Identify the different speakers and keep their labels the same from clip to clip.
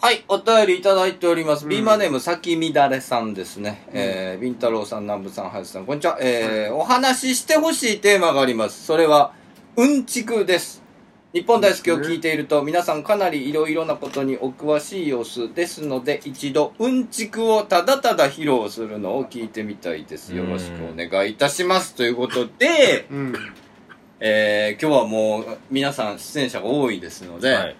Speaker 1: はい、お便りいただいております。ビーマーネーム、さきみだれさんですね。えー、ビンタロウさん、南部さん、はやさん、こんにちは。えー、お話ししてほしいテーマがあります。それは、うんちくです。日本大好きを聞いていると、皆さんかなりいろいろなことにお詳しい様子ですので、一度、うんちくをただただ披露するのを聞いてみたいです。よろしくお願いいたします。ということで、
Speaker 2: うん。
Speaker 1: えー、今日はもう、皆さん出演者が多いですので、
Speaker 3: はい。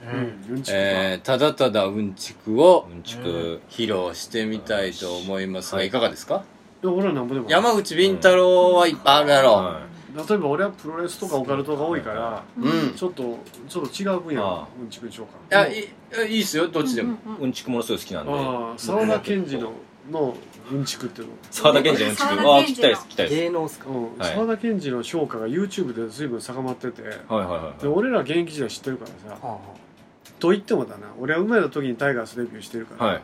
Speaker 2: うん。うんちくか。
Speaker 1: えー、ただただうんちくを
Speaker 3: うんち
Speaker 2: う
Speaker 3: く。
Speaker 1: 披露してみたいと思いますが、
Speaker 3: はい
Speaker 1: いかがですか
Speaker 2: で俺らなんぼでも。
Speaker 1: 山口敏太郎はいっぱいあるやろ。
Speaker 3: は
Speaker 2: 例えば俺はプロレスとかオカルトが多いから、
Speaker 1: う
Speaker 4: う
Speaker 1: ん。
Speaker 4: ん
Speaker 1: い
Speaker 2: ちょっと、ちょっと違う分
Speaker 3: あ
Speaker 2: 野
Speaker 3: あ、
Speaker 2: うんちくにしようか。
Speaker 1: や、いいいいっすよ、どっちでも。
Speaker 3: いうんちくものすごい好きなんで。
Speaker 2: ああ、沢田研二の、のうんちくっていうの。
Speaker 3: 沢田研二のうんちく。
Speaker 4: 沢田研二の
Speaker 3: ああ、聞きたいです、聞きたいです。
Speaker 5: 芸能っすか
Speaker 2: うん、
Speaker 3: はい
Speaker 2: 沢田研二の評価が YouTube で随分高まってて
Speaker 3: はいはいはい
Speaker 2: で
Speaker 3: はい。
Speaker 2: 俺ら現役時代知ってるからさ
Speaker 5: は
Speaker 2: と言ってもだな俺は生まれた時にタイガースデビューしてるから、
Speaker 3: はい。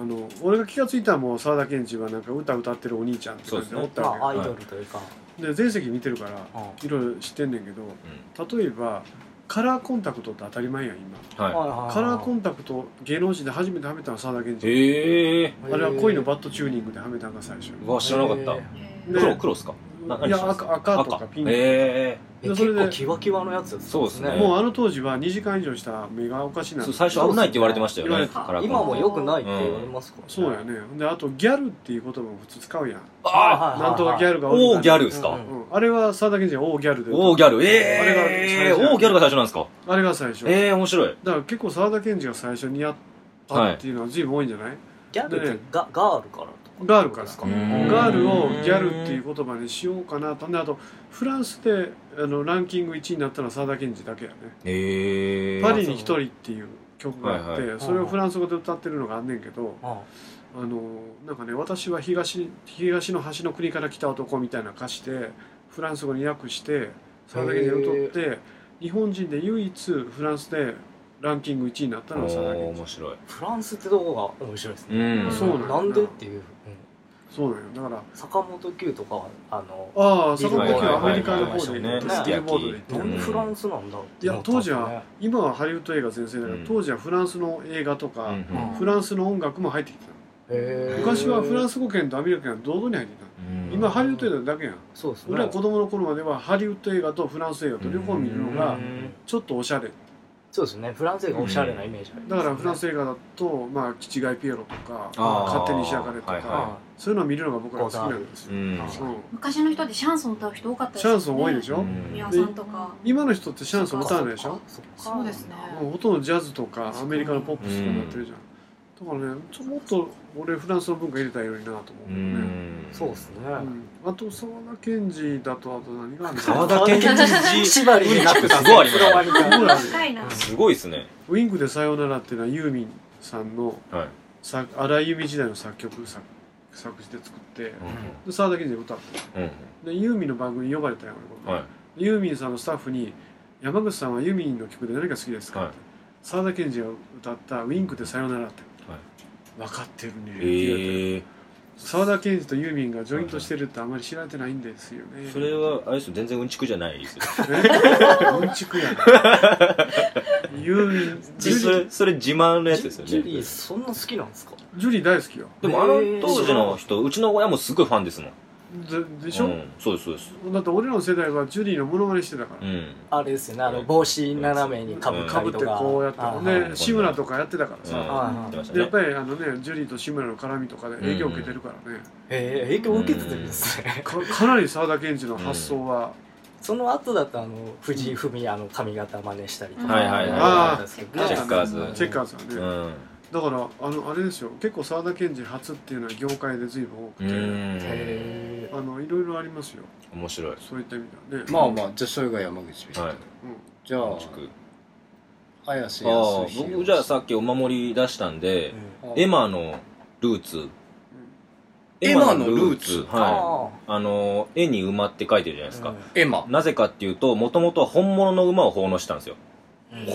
Speaker 2: あの俺が気が付いたらもう沢田研二はなんか歌歌ってるお兄ちゃんって感じでおっ
Speaker 5: あ
Speaker 2: た
Speaker 5: はあ、まあ
Speaker 2: わ
Speaker 5: アイドルというか、
Speaker 2: けで全席見てるから
Speaker 5: あ
Speaker 2: いろいろ知ってんねんけど例えばカラーコンタクトって当たり前やん今
Speaker 3: うんは
Speaker 5: あ
Speaker 2: カラーコンタクト芸能人で初めてはめたのは沢田研
Speaker 3: い。
Speaker 2: 二
Speaker 3: へえ。
Speaker 2: あれは恋のバッドチューニングではめたのが最初
Speaker 3: うわ、知らなかった。
Speaker 2: で
Speaker 3: 黒、黒っすかない何して
Speaker 2: や
Speaker 3: ます
Speaker 2: 赤赤とかピンク
Speaker 3: へえ。
Speaker 2: で
Speaker 5: え
Speaker 2: それ
Speaker 5: 結
Speaker 2: で
Speaker 5: 構キワキワのやつだったん
Speaker 3: そうですね
Speaker 2: もうあの当時は2時間以上した目がおかしな
Speaker 3: そう最初危ないって言われてましたよ
Speaker 2: 言われ
Speaker 3: ね。
Speaker 2: て
Speaker 3: カラコン
Speaker 5: 今も良くないって言われますから、
Speaker 2: そうやねであとギャルっていう言葉も普通使うやん
Speaker 3: あ
Speaker 5: はいはいはい
Speaker 2: なんとかギャル
Speaker 3: あ、
Speaker 2: が多い
Speaker 3: オーギャルです
Speaker 5: う
Speaker 3: か
Speaker 5: ん
Speaker 2: うんあれは沢田研二はオーギャルで
Speaker 3: オーギャル。ええ。
Speaker 2: あれが最初
Speaker 3: オーギャルが最初なんですか
Speaker 2: あれが最初だか
Speaker 3: ええ、面白い。
Speaker 2: ら結構沢田研二が最初にやったっていうのは随分多いんじゃない
Speaker 5: ギャルって
Speaker 2: で
Speaker 5: ガガールからとか
Speaker 2: ガールから
Speaker 5: ですか
Speaker 3: うん
Speaker 2: ガールをギャルっていう言葉にしようかなとであとフランスであのランキング1位になったのは沢田研二だけやね
Speaker 3: へ
Speaker 2: 「
Speaker 3: え。
Speaker 2: パリに一人」っていう曲があっ
Speaker 3: はい
Speaker 2: てそれをフランス語で歌ってるのがあんねんけど
Speaker 5: あ
Speaker 2: あのなんかね「私は東東の端の国から来た男」みたいな歌詞でフランス語に訳してそれだけで歌って日本人で唯一フランスでランキング1位になったの
Speaker 3: お
Speaker 2: は沢田
Speaker 3: ー
Speaker 2: 研
Speaker 3: 面白い。
Speaker 5: フランスってとこが面白いです
Speaker 3: う
Speaker 5: ね、
Speaker 3: ん。
Speaker 2: そうなんや
Speaker 5: なんでっていう、うん
Speaker 2: そうなんよだから
Speaker 5: 坂本九とかはあの
Speaker 2: ああ
Speaker 5: ビル
Speaker 2: 坂
Speaker 5: ボード
Speaker 2: 本九はアメリカの方
Speaker 3: は
Speaker 2: で
Speaker 3: いはいはい
Speaker 5: はい
Speaker 2: ビルボードで行って
Speaker 5: な
Speaker 2: る
Speaker 5: んでフランスなんだろうって思ったんですよね
Speaker 2: いや今はハリウッド映画全盛だけ
Speaker 3: う
Speaker 2: ど
Speaker 3: ん
Speaker 2: 当時はフランスの映画と
Speaker 3: う
Speaker 2: か
Speaker 3: ん
Speaker 5: うん
Speaker 2: フランスの音楽も入ってきて
Speaker 5: へ
Speaker 2: た
Speaker 5: ー
Speaker 2: 昔はフランス語圏とアメリカ圏は堂々に入ってきた
Speaker 3: うん
Speaker 2: 今ハリウッド映画だけやん
Speaker 5: そうですね
Speaker 2: 俺は子供の頃まではハリウッド映画とフランス映画と両方見るの
Speaker 3: う
Speaker 2: が
Speaker 3: ん
Speaker 2: ちょっとおしゃれ
Speaker 5: そうですねフランス映画おしゃれなイメージあり
Speaker 2: だ
Speaker 5: ますね
Speaker 2: からフランス映画だと「まあ、キチガイピエロ」とか「
Speaker 3: あー
Speaker 2: 勝手にしやがれ」とか、
Speaker 3: はいは
Speaker 5: は
Speaker 2: そういうのを見るのが僕ら好きなんです
Speaker 3: う
Speaker 2: よ、
Speaker 3: ん。
Speaker 5: う
Speaker 2: うん
Speaker 4: 昔の人ってシャンソン歌う人多かったです
Speaker 2: シ
Speaker 4: よ
Speaker 2: ャ
Speaker 4: ね
Speaker 2: ンソン多いでし
Speaker 3: う
Speaker 2: ょ、
Speaker 3: ん
Speaker 4: 宮さんとか
Speaker 2: 今の人ってシャンソン歌わないでしょ
Speaker 5: そっかっか
Speaker 4: そうですね
Speaker 2: もうほとんどジャズとかアメリカのポップスとかなってるじゃん、だからねちょもっと俺フランスの文化入れたらいいのになと思う
Speaker 3: う
Speaker 2: けどね、
Speaker 3: ん。
Speaker 5: そうですね
Speaker 2: うんあと沢田研二だとあと何があるの
Speaker 3: 沢田研二
Speaker 5: 縛りになってた
Speaker 3: すごいありますね
Speaker 5: いつの間にか
Speaker 2: ほら
Speaker 4: 深いな
Speaker 3: すごいですね。
Speaker 2: ウィングでさようなら」っていうのはユーミンさんの
Speaker 3: はい。
Speaker 2: さ荒井由実時代の作曲作作詞で作ってで沢田研二が歌って
Speaker 3: うん。
Speaker 2: でユーミンの番組に呼ばれたよ俺
Speaker 3: はい。
Speaker 2: ユーミンさんのスタッフに「山口さんはユーミンの曲で何が好きですか
Speaker 3: はい
Speaker 2: って沢田研二が歌った「ウィンクでさよなら」って、
Speaker 3: は
Speaker 2: 分かってるねって言われて
Speaker 3: ええ。
Speaker 2: 沢田研二とユーミンがジョイントしてるってあんまり知られてないんですよね
Speaker 3: それは、あれですよ、全然うんちくじゃない ですよ。
Speaker 2: えうんちくやなユーミンジ
Speaker 3: そ
Speaker 2: ュリ
Speaker 3: れ、それ自慢のやつ
Speaker 5: ジ
Speaker 3: ですよ
Speaker 5: ュジュリー
Speaker 3: ね。
Speaker 5: そんな好きなんですか
Speaker 2: ジュリー大好きよ
Speaker 3: でもあの当時の人、うちの親もすごいファンですもん。
Speaker 2: でで
Speaker 3: で
Speaker 2: しょ、
Speaker 3: そうです、そうです。
Speaker 2: だって俺らの世代はジュリーのモノマネしてたか
Speaker 3: う
Speaker 2: ら、
Speaker 3: ん。
Speaker 5: あれですよねあの帽子斜めにかぶ
Speaker 3: ん
Speaker 2: かぶってこうやってた
Speaker 3: はい
Speaker 2: で志村とかやってたからさ、
Speaker 3: うん言ってました
Speaker 2: でやっ
Speaker 3: ね。
Speaker 2: ぱりあのねジュリーと志村の絡みとかで影響受けてるからね、
Speaker 5: え影響受けてるんですね
Speaker 2: かかなり沢田研二の発想は、
Speaker 5: その後だとあの藤井フミヤの髪型真似したりとか
Speaker 3: はいはいはい
Speaker 5: あったんですけどね
Speaker 2: あー
Speaker 3: チェッカーズ
Speaker 2: チェッカーズはね、
Speaker 3: う
Speaker 2: だ
Speaker 3: ん。
Speaker 2: からあのあれですよ結構沢田研二初っていうのは業界で随分多
Speaker 3: う
Speaker 2: くて、
Speaker 3: ん。
Speaker 5: へ
Speaker 2: あのいろいろありますよ
Speaker 3: 面白い。
Speaker 2: そういった意味ではね、
Speaker 1: まあまあ、じゃあそれが山口敏太郎。
Speaker 3: はい
Speaker 2: うん
Speaker 1: じゃ
Speaker 3: うんちく。
Speaker 1: あ、綾瀬
Speaker 3: ああ、僕じゃあさっきお守り出したん
Speaker 5: え
Speaker 3: で、エマのルーツ。
Speaker 1: エマのルーツ
Speaker 3: はい。あの、絵に馬って書いてるじゃないですか。
Speaker 1: エマ。
Speaker 3: なぜかっていうと、もともとは本物の馬を奉納したんですよ。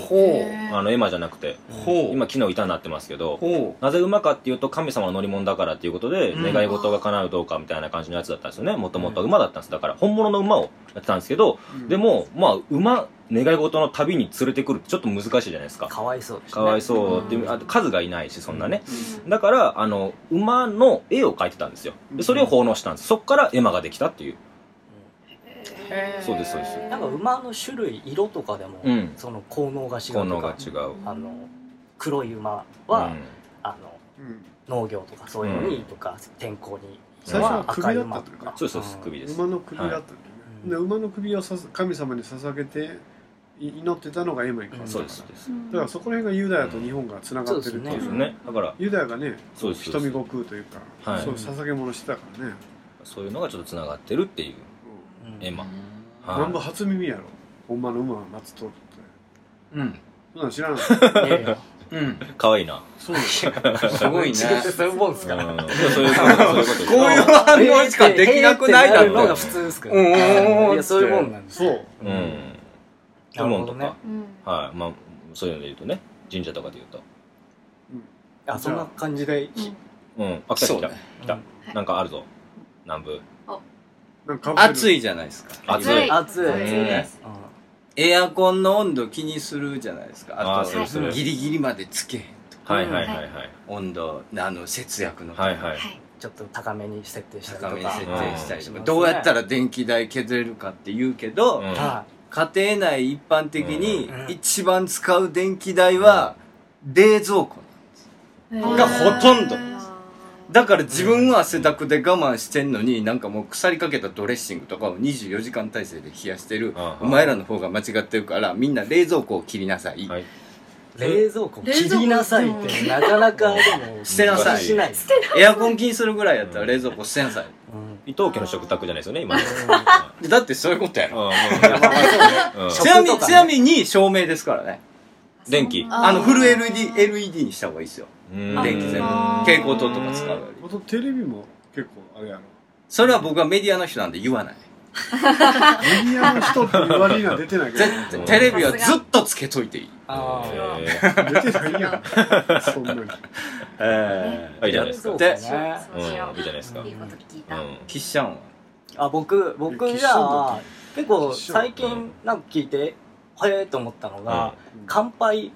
Speaker 1: ほ
Speaker 3: あの、エマじゃなくて。
Speaker 1: う。ほう。
Speaker 3: 今、木の板になってますけど、
Speaker 1: ほ
Speaker 3: なぜ馬かっていうと、神様の乗り物だからっていうことで、
Speaker 5: うん
Speaker 3: 願い事が叶うどうかみたいな感じのやつだったんですよね。もともとは馬だったんです。だから、本物の馬をやってたんですけど、
Speaker 2: うん
Speaker 3: でも、まあ、馬願い事の旅に連れてくるってちょっと難しいじゃないですか。
Speaker 5: かわいそうですね
Speaker 3: かわいそうっていうう、
Speaker 4: ん
Speaker 3: あと数がいないし、そんなね。
Speaker 4: うん
Speaker 3: だから、あの、馬の絵を描いてたんですよ。でそれを奉納したんです。そっから絵馬ができたっていう。
Speaker 4: へー
Speaker 3: そうですそうです
Speaker 5: なんか馬の種類色とかでも、
Speaker 3: うん
Speaker 5: その効能が違うとか
Speaker 3: 効能が違う。
Speaker 5: あの黒い馬は、
Speaker 3: うん
Speaker 5: あの
Speaker 2: うん
Speaker 5: 農業とかそういうのにいいとか、天候にいい
Speaker 2: 最
Speaker 5: の
Speaker 2: 初は
Speaker 5: は赤
Speaker 2: 首
Speaker 5: い
Speaker 2: だった
Speaker 5: 馬
Speaker 2: と
Speaker 5: と
Speaker 2: か
Speaker 5: か
Speaker 3: そうです、そうです、首です。
Speaker 2: 馬の首だったんだよね、
Speaker 5: はい
Speaker 2: で馬の首をさす神様に捧げてい祈ってたのがエマに変わった
Speaker 3: そ
Speaker 2: から、
Speaker 3: うです、そうです
Speaker 4: う。ん
Speaker 2: だからそこら辺がユダヤと日本がつながってるってい
Speaker 5: うん
Speaker 2: う,、
Speaker 3: そうですね。だから、
Speaker 2: ユダヤがね
Speaker 3: そうですそう
Speaker 2: 瞳
Speaker 3: で
Speaker 2: 悟
Speaker 3: す
Speaker 2: 空というか、
Speaker 3: はい
Speaker 2: そう捧げ物してたからね、
Speaker 3: そういうのがちょっと繋がってるっていう
Speaker 5: うん
Speaker 3: 絵馬。
Speaker 2: うん、
Speaker 3: はい
Speaker 2: なんぼ初耳やろほんまの馬は松とるって
Speaker 1: うん。
Speaker 2: そんなん知らん
Speaker 5: ねえ
Speaker 1: うん。
Speaker 3: 可愛いな。
Speaker 2: そうなん です
Speaker 1: す ごいね。
Speaker 5: そういうもんです
Speaker 3: う
Speaker 5: か
Speaker 3: ん
Speaker 5: ら
Speaker 3: そういうこと、そういうこと。
Speaker 1: こういう反応しかできなくないだ
Speaker 5: だ
Speaker 1: ろう
Speaker 5: ろう
Speaker 1: ね
Speaker 5: のが普通ですから
Speaker 1: うんうんうんうん
Speaker 5: いやそういうもんなんです
Speaker 2: そう
Speaker 3: う。
Speaker 5: なん
Speaker 3: ホルモンとか、
Speaker 5: なるほ
Speaker 4: うん
Speaker 3: はい。まあ、そういうので言うとね、神社とかで言うと。
Speaker 5: あそんな感じで
Speaker 4: うん
Speaker 3: うん。あ、来た
Speaker 1: そう
Speaker 3: 来た
Speaker 1: ね。。
Speaker 3: 来たなんかあるぞ。南部。
Speaker 2: なんか被って
Speaker 1: 暑
Speaker 2: る
Speaker 1: いじゃないですか。
Speaker 3: 暑。
Speaker 4: はい
Speaker 5: 暑い
Speaker 4: 暑いです
Speaker 1: エアコンの温度気にするじゃないですか。
Speaker 3: あ
Speaker 1: あ
Speaker 3: あ、
Speaker 1: と
Speaker 3: するする。
Speaker 1: ギリギリまでつけへんとか
Speaker 3: はいはいはいはい。
Speaker 1: 温度あの節約の、
Speaker 3: はいは
Speaker 4: はい
Speaker 3: い。
Speaker 5: ちょっと高めに設定したりと
Speaker 1: 高
Speaker 5: か
Speaker 1: めに設定したりとか、
Speaker 5: うん
Speaker 1: どうやったら電気代削れるかって言うけど、
Speaker 3: うん
Speaker 5: は
Speaker 1: 家庭内一般的に
Speaker 5: うん
Speaker 1: 一番使う電気代は冷蔵庫
Speaker 4: が
Speaker 1: がほとんどだから自分は
Speaker 3: うん
Speaker 1: 汗だくで我慢してんのになんかもう腐りかけたドレッシングとかを24時間体制で冷やしてる
Speaker 3: う
Speaker 1: お
Speaker 3: ん
Speaker 1: 前らの方が間違ってるからみんな冷蔵庫を切りなさい、
Speaker 3: はい。
Speaker 5: い冷蔵庫切りなさいってなかなかでも
Speaker 1: 捨てなさい
Speaker 5: しないです
Speaker 1: エアコン気にするぐらいやったら冷蔵庫捨てなさい
Speaker 5: うん
Speaker 3: 伊藤家の食卓じゃないですよね、今の。
Speaker 1: でだってそういうことや
Speaker 3: うん
Speaker 1: ろ
Speaker 3: もう
Speaker 5: まあまあそうね
Speaker 3: うん
Speaker 1: ちなみに
Speaker 5: 食とかね
Speaker 1: ちなみに照明ですからね
Speaker 3: 電気
Speaker 4: あー
Speaker 1: あのフル LED, LED にした方がいいですよ
Speaker 3: うん
Speaker 1: 電気全部
Speaker 4: あー
Speaker 1: 蛍光灯とか使うより
Speaker 2: あとテレビも結構あれやろ
Speaker 1: それは僕はメディアの人なんで言わない
Speaker 2: メディアの人って言われには出てないけど
Speaker 1: 絶対テレビはずっとつけといていい
Speaker 5: あー
Speaker 3: え
Speaker 2: 出てないやんそんなに
Speaker 1: え
Speaker 3: ーいいじゃないですか
Speaker 5: 冷
Speaker 1: で
Speaker 5: 蔵庫ね
Speaker 4: そ
Speaker 3: ーうんい
Speaker 4: うしよ
Speaker 3: いじゃないですか。
Speaker 4: う
Speaker 3: う
Speaker 4: いい
Speaker 3: ん。
Speaker 4: こと聞いた
Speaker 1: キッシャンは
Speaker 5: あ僕僕じゃあ結構最近なんか聞いてへえと思ったのが、
Speaker 2: うん
Speaker 5: 乾杯っ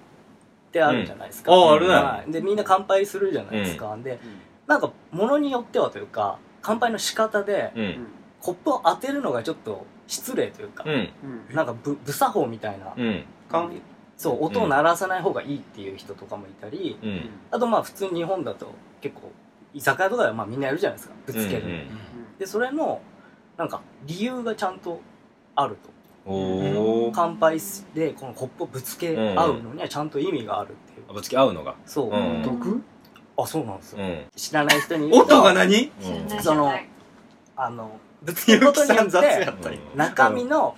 Speaker 5: てあるじゃないですか、
Speaker 1: うんあ
Speaker 3: あるね
Speaker 5: はいでみんな乾杯するじゃないですか、でなんか物によってはというか乾杯の仕方で
Speaker 3: う。
Speaker 2: うんん
Speaker 5: コップを当てるのがちょっと失礼というか、
Speaker 3: うん。
Speaker 2: うん
Speaker 5: なんかぶ不作法みたいな、
Speaker 3: うん。
Speaker 1: 缶
Speaker 5: そう音を鳴らさない方がいいっていう人とかもいたり、
Speaker 3: うん。
Speaker 5: あとまあ普通に日本だと結構居酒屋とかではまあみんなやるじゃないですかぶつける、
Speaker 3: うん
Speaker 5: でそれのなんか理由がちゃんとあると
Speaker 3: うんおー。
Speaker 5: 乾杯でこのコップをぶつけ合うのにはちゃんと意味があるっていう、
Speaker 3: あぶつけ合うのが。
Speaker 5: そう、
Speaker 3: うん
Speaker 2: 毒
Speaker 5: あそうなんですよ、
Speaker 3: うん。
Speaker 5: 知らない人に言うと
Speaker 1: 音が何
Speaker 4: 知らない
Speaker 5: その
Speaker 4: 知らない
Speaker 5: あのぶつけ
Speaker 1: ゆ
Speaker 5: る
Speaker 1: う
Speaker 5: こ
Speaker 1: き
Speaker 5: とによ
Speaker 1: さん
Speaker 5: っ
Speaker 1: 雑や
Speaker 5: て
Speaker 1: ったり
Speaker 5: 中身の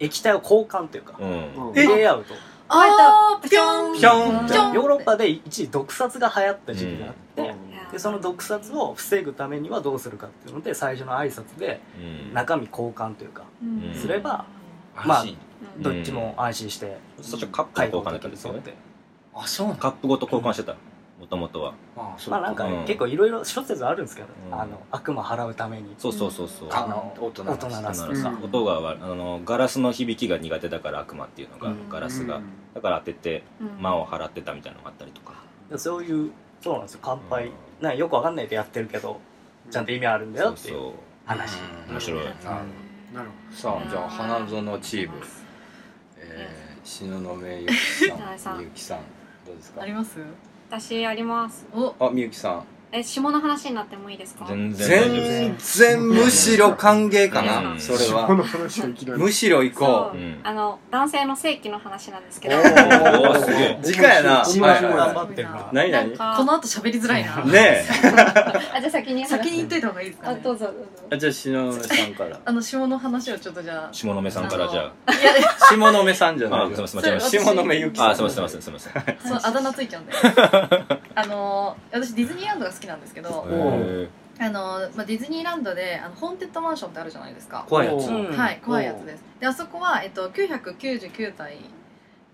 Speaker 5: 液体を交換というか
Speaker 3: うん。
Speaker 2: うん
Speaker 5: 触れ合うと
Speaker 4: あーピョン
Speaker 1: ピョン
Speaker 4: ピョン
Speaker 5: ヨーロッパで一時毒殺が流行った時期があっ
Speaker 2: う
Speaker 5: て、
Speaker 2: ん
Speaker 5: でその毒殺を防ぐためにはどうするかっていうので最初の挨拶で
Speaker 3: うん。
Speaker 5: 中身交換というか
Speaker 4: うん
Speaker 5: すれば
Speaker 1: 安心
Speaker 4: うん
Speaker 5: どっちも安心して
Speaker 3: そっちはカップ
Speaker 5: 解
Speaker 3: と
Speaker 5: 放
Speaker 3: 交換だ
Speaker 5: で
Speaker 3: っ
Speaker 5: き
Speaker 3: たん
Speaker 5: る
Speaker 3: です
Speaker 5: ぞ
Speaker 3: よね。
Speaker 5: って
Speaker 1: あそうなん
Speaker 3: カップごと交換してた。もともとは。
Speaker 1: あそう
Speaker 5: まあなんか
Speaker 3: うん
Speaker 5: 結構いろいろ諸説あるんですけど、
Speaker 3: うん
Speaker 5: あの悪魔払うために
Speaker 3: そうそうそうそう。
Speaker 5: あ
Speaker 1: か
Speaker 5: の
Speaker 1: 音
Speaker 5: 音
Speaker 1: 鳴らす
Speaker 5: 鳴らすと
Speaker 2: うん
Speaker 5: か、
Speaker 3: 音が悪いあのガラスの響きが苦手だから悪魔っていうのが、
Speaker 4: うん
Speaker 3: ガラスが、
Speaker 2: うん
Speaker 3: だから当てて
Speaker 4: うん
Speaker 3: 魔を払ってたみたいなのがあったりとか、
Speaker 5: でそういうそうなんですよ乾杯、
Speaker 3: うん
Speaker 5: なんかよくわかんないでやってるけどちゃんと意味あるんだ
Speaker 3: そ
Speaker 5: よ
Speaker 3: う
Speaker 5: っていう
Speaker 3: そ
Speaker 5: 話
Speaker 1: うん
Speaker 3: 面白い
Speaker 1: なる
Speaker 2: なるほ
Speaker 1: ほどさあじゃあ花園チームえー東雲ゆうき さんみゆきさんどうですか
Speaker 6: あります
Speaker 4: 私あります
Speaker 6: お
Speaker 1: あみゆきさん
Speaker 4: え下の話になってもいいです
Speaker 3: う
Speaker 4: か
Speaker 3: 全然大丈夫です
Speaker 1: 全然むしろ歓迎か
Speaker 3: う
Speaker 1: なんそれ
Speaker 2: どこ
Speaker 1: は
Speaker 2: の話はいきなり
Speaker 1: むしろ行こ
Speaker 4: そうう
Speaker 3: うん
Speaker 4: あの男性の性器の話なんですけど
Speaker 3: おーすげえ
Speaker 1: 次回やな
Speaker 5: 面白
Speaker 1: はい
Speaker 5: い頑張ってる
Speaker 6: は
Speaker 5: な
Speaker 1: 何
Speaker 4: なん
Speaker 1: 何
Speaker 4: か
Speaker 6: この後喋りづらいな、
Speaker 1: ね
Speaker 4: あじゃあ先に
Speaker 6: 先に言っといた方がいいですか、
Speaker 4: あ
Speaker 6: ね、
Speaker 4: どうぞどう
Speaker 1: え
Speaker 4: ぞ
Speaker 1: あじゃあ東雲さんから
Speaker 6: あの下の話をちょっとじゃ
Speaker 3: 下の目さんからじゃ
Speaker 6: あいや
Speaker 1: 下の目さんじゃ
Speaker 3: あ
Speaker 1: な
Speaker 3: あ
Speaker 1: い
Speaker 3: すいま
Speaker 1: よ
Speaker 3: せん間違えまし
Speaker 6: それ
Speaker 1: 下の目ゆき
Speaker 3: た
Speaker 1: さ
Speaker 3: あ
Speaker 1: ん
Speaker 3: すいませんすいませんすいませんへ
Speaker 6: そのあだ名ついちゃうんであの私ディズニーランドが好きなんですけど
Speaker 3: ー
Speaker 6: あの、まあ、ディズニーランドであのホーンテッドマンションってあるじゃないですか
Speaker 1: 怖いやつ
Speaker 2: うん
Speaker 5: うん
Speaker 6: はい怖いやつですであそこは、えっと、999体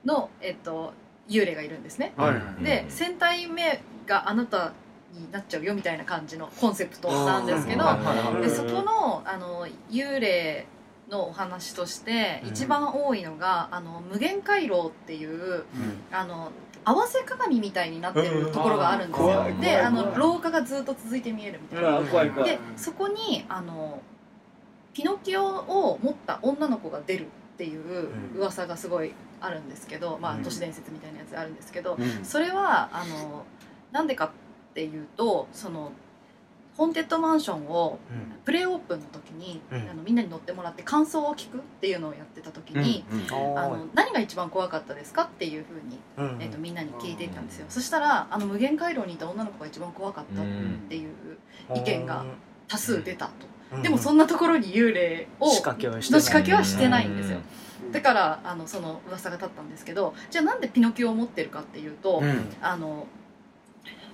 Speaker 6: の、えっと、幽霊がいるんですね
Speaker 2: はい
Speaker 1: うん
Speaker 6: で
Speaker 3: うん
Speaker 6: 1000体目があなたになっちゃうよみたいな感じのコンセプトなんですけど
Speaker 1: あー
Speaker 6: でそこのあの幽霊のお話として
Speaker 1: うん
Speaker 6: 一番多いのが、あの無限回廊っていうあの合わせ鏡みたいになってるところがあるんですよ、
Speaker 1: うんうんあー怖い怖い
Speaker 6: であの
Speaker 1: 怖い
Speaker 6: 廊下がずっと続いて見えるみたいな、
Speaker 1: あ怖い怖
Speaker 6: でそこにあのピノキオを持った女の子が出るっていう噂がすごいあるんですけど、まあ、
Speaker 1: うん
Speaker 6: 都市伝説みたいなやつあるんですけど、
Speaker 1: うん
Speaker 6: それはあのなんでかっていうとそのホーンテッドマンションをプレイオープンの時に、
Speaker 5: うん
Speaker 6: あのみんなに乗ってもらって感想を聞くっていうのをやってた時に、
Speaker 5: うん
Speaker 6: あの何が一番怖かったですかっていうふうに、えー、とみんなに聞いていったんですよ、そしたらあの無限回廊にいた女の子が一番怖かったっていう意見が多数出たと、でもそんなところに幽霊を
Speaker 5: 仕掛けはして
Speaker 6: の
Speaker 5: ない
Speaker 6: 仕掛けはしてないんですよ、
Speaker 2: うん
Speaker 6: だからあのその噂が立ったんですけどじゃあなんでピノキオを持ってるかっていうと、
Speaker 1: うん
Speaker 6: あの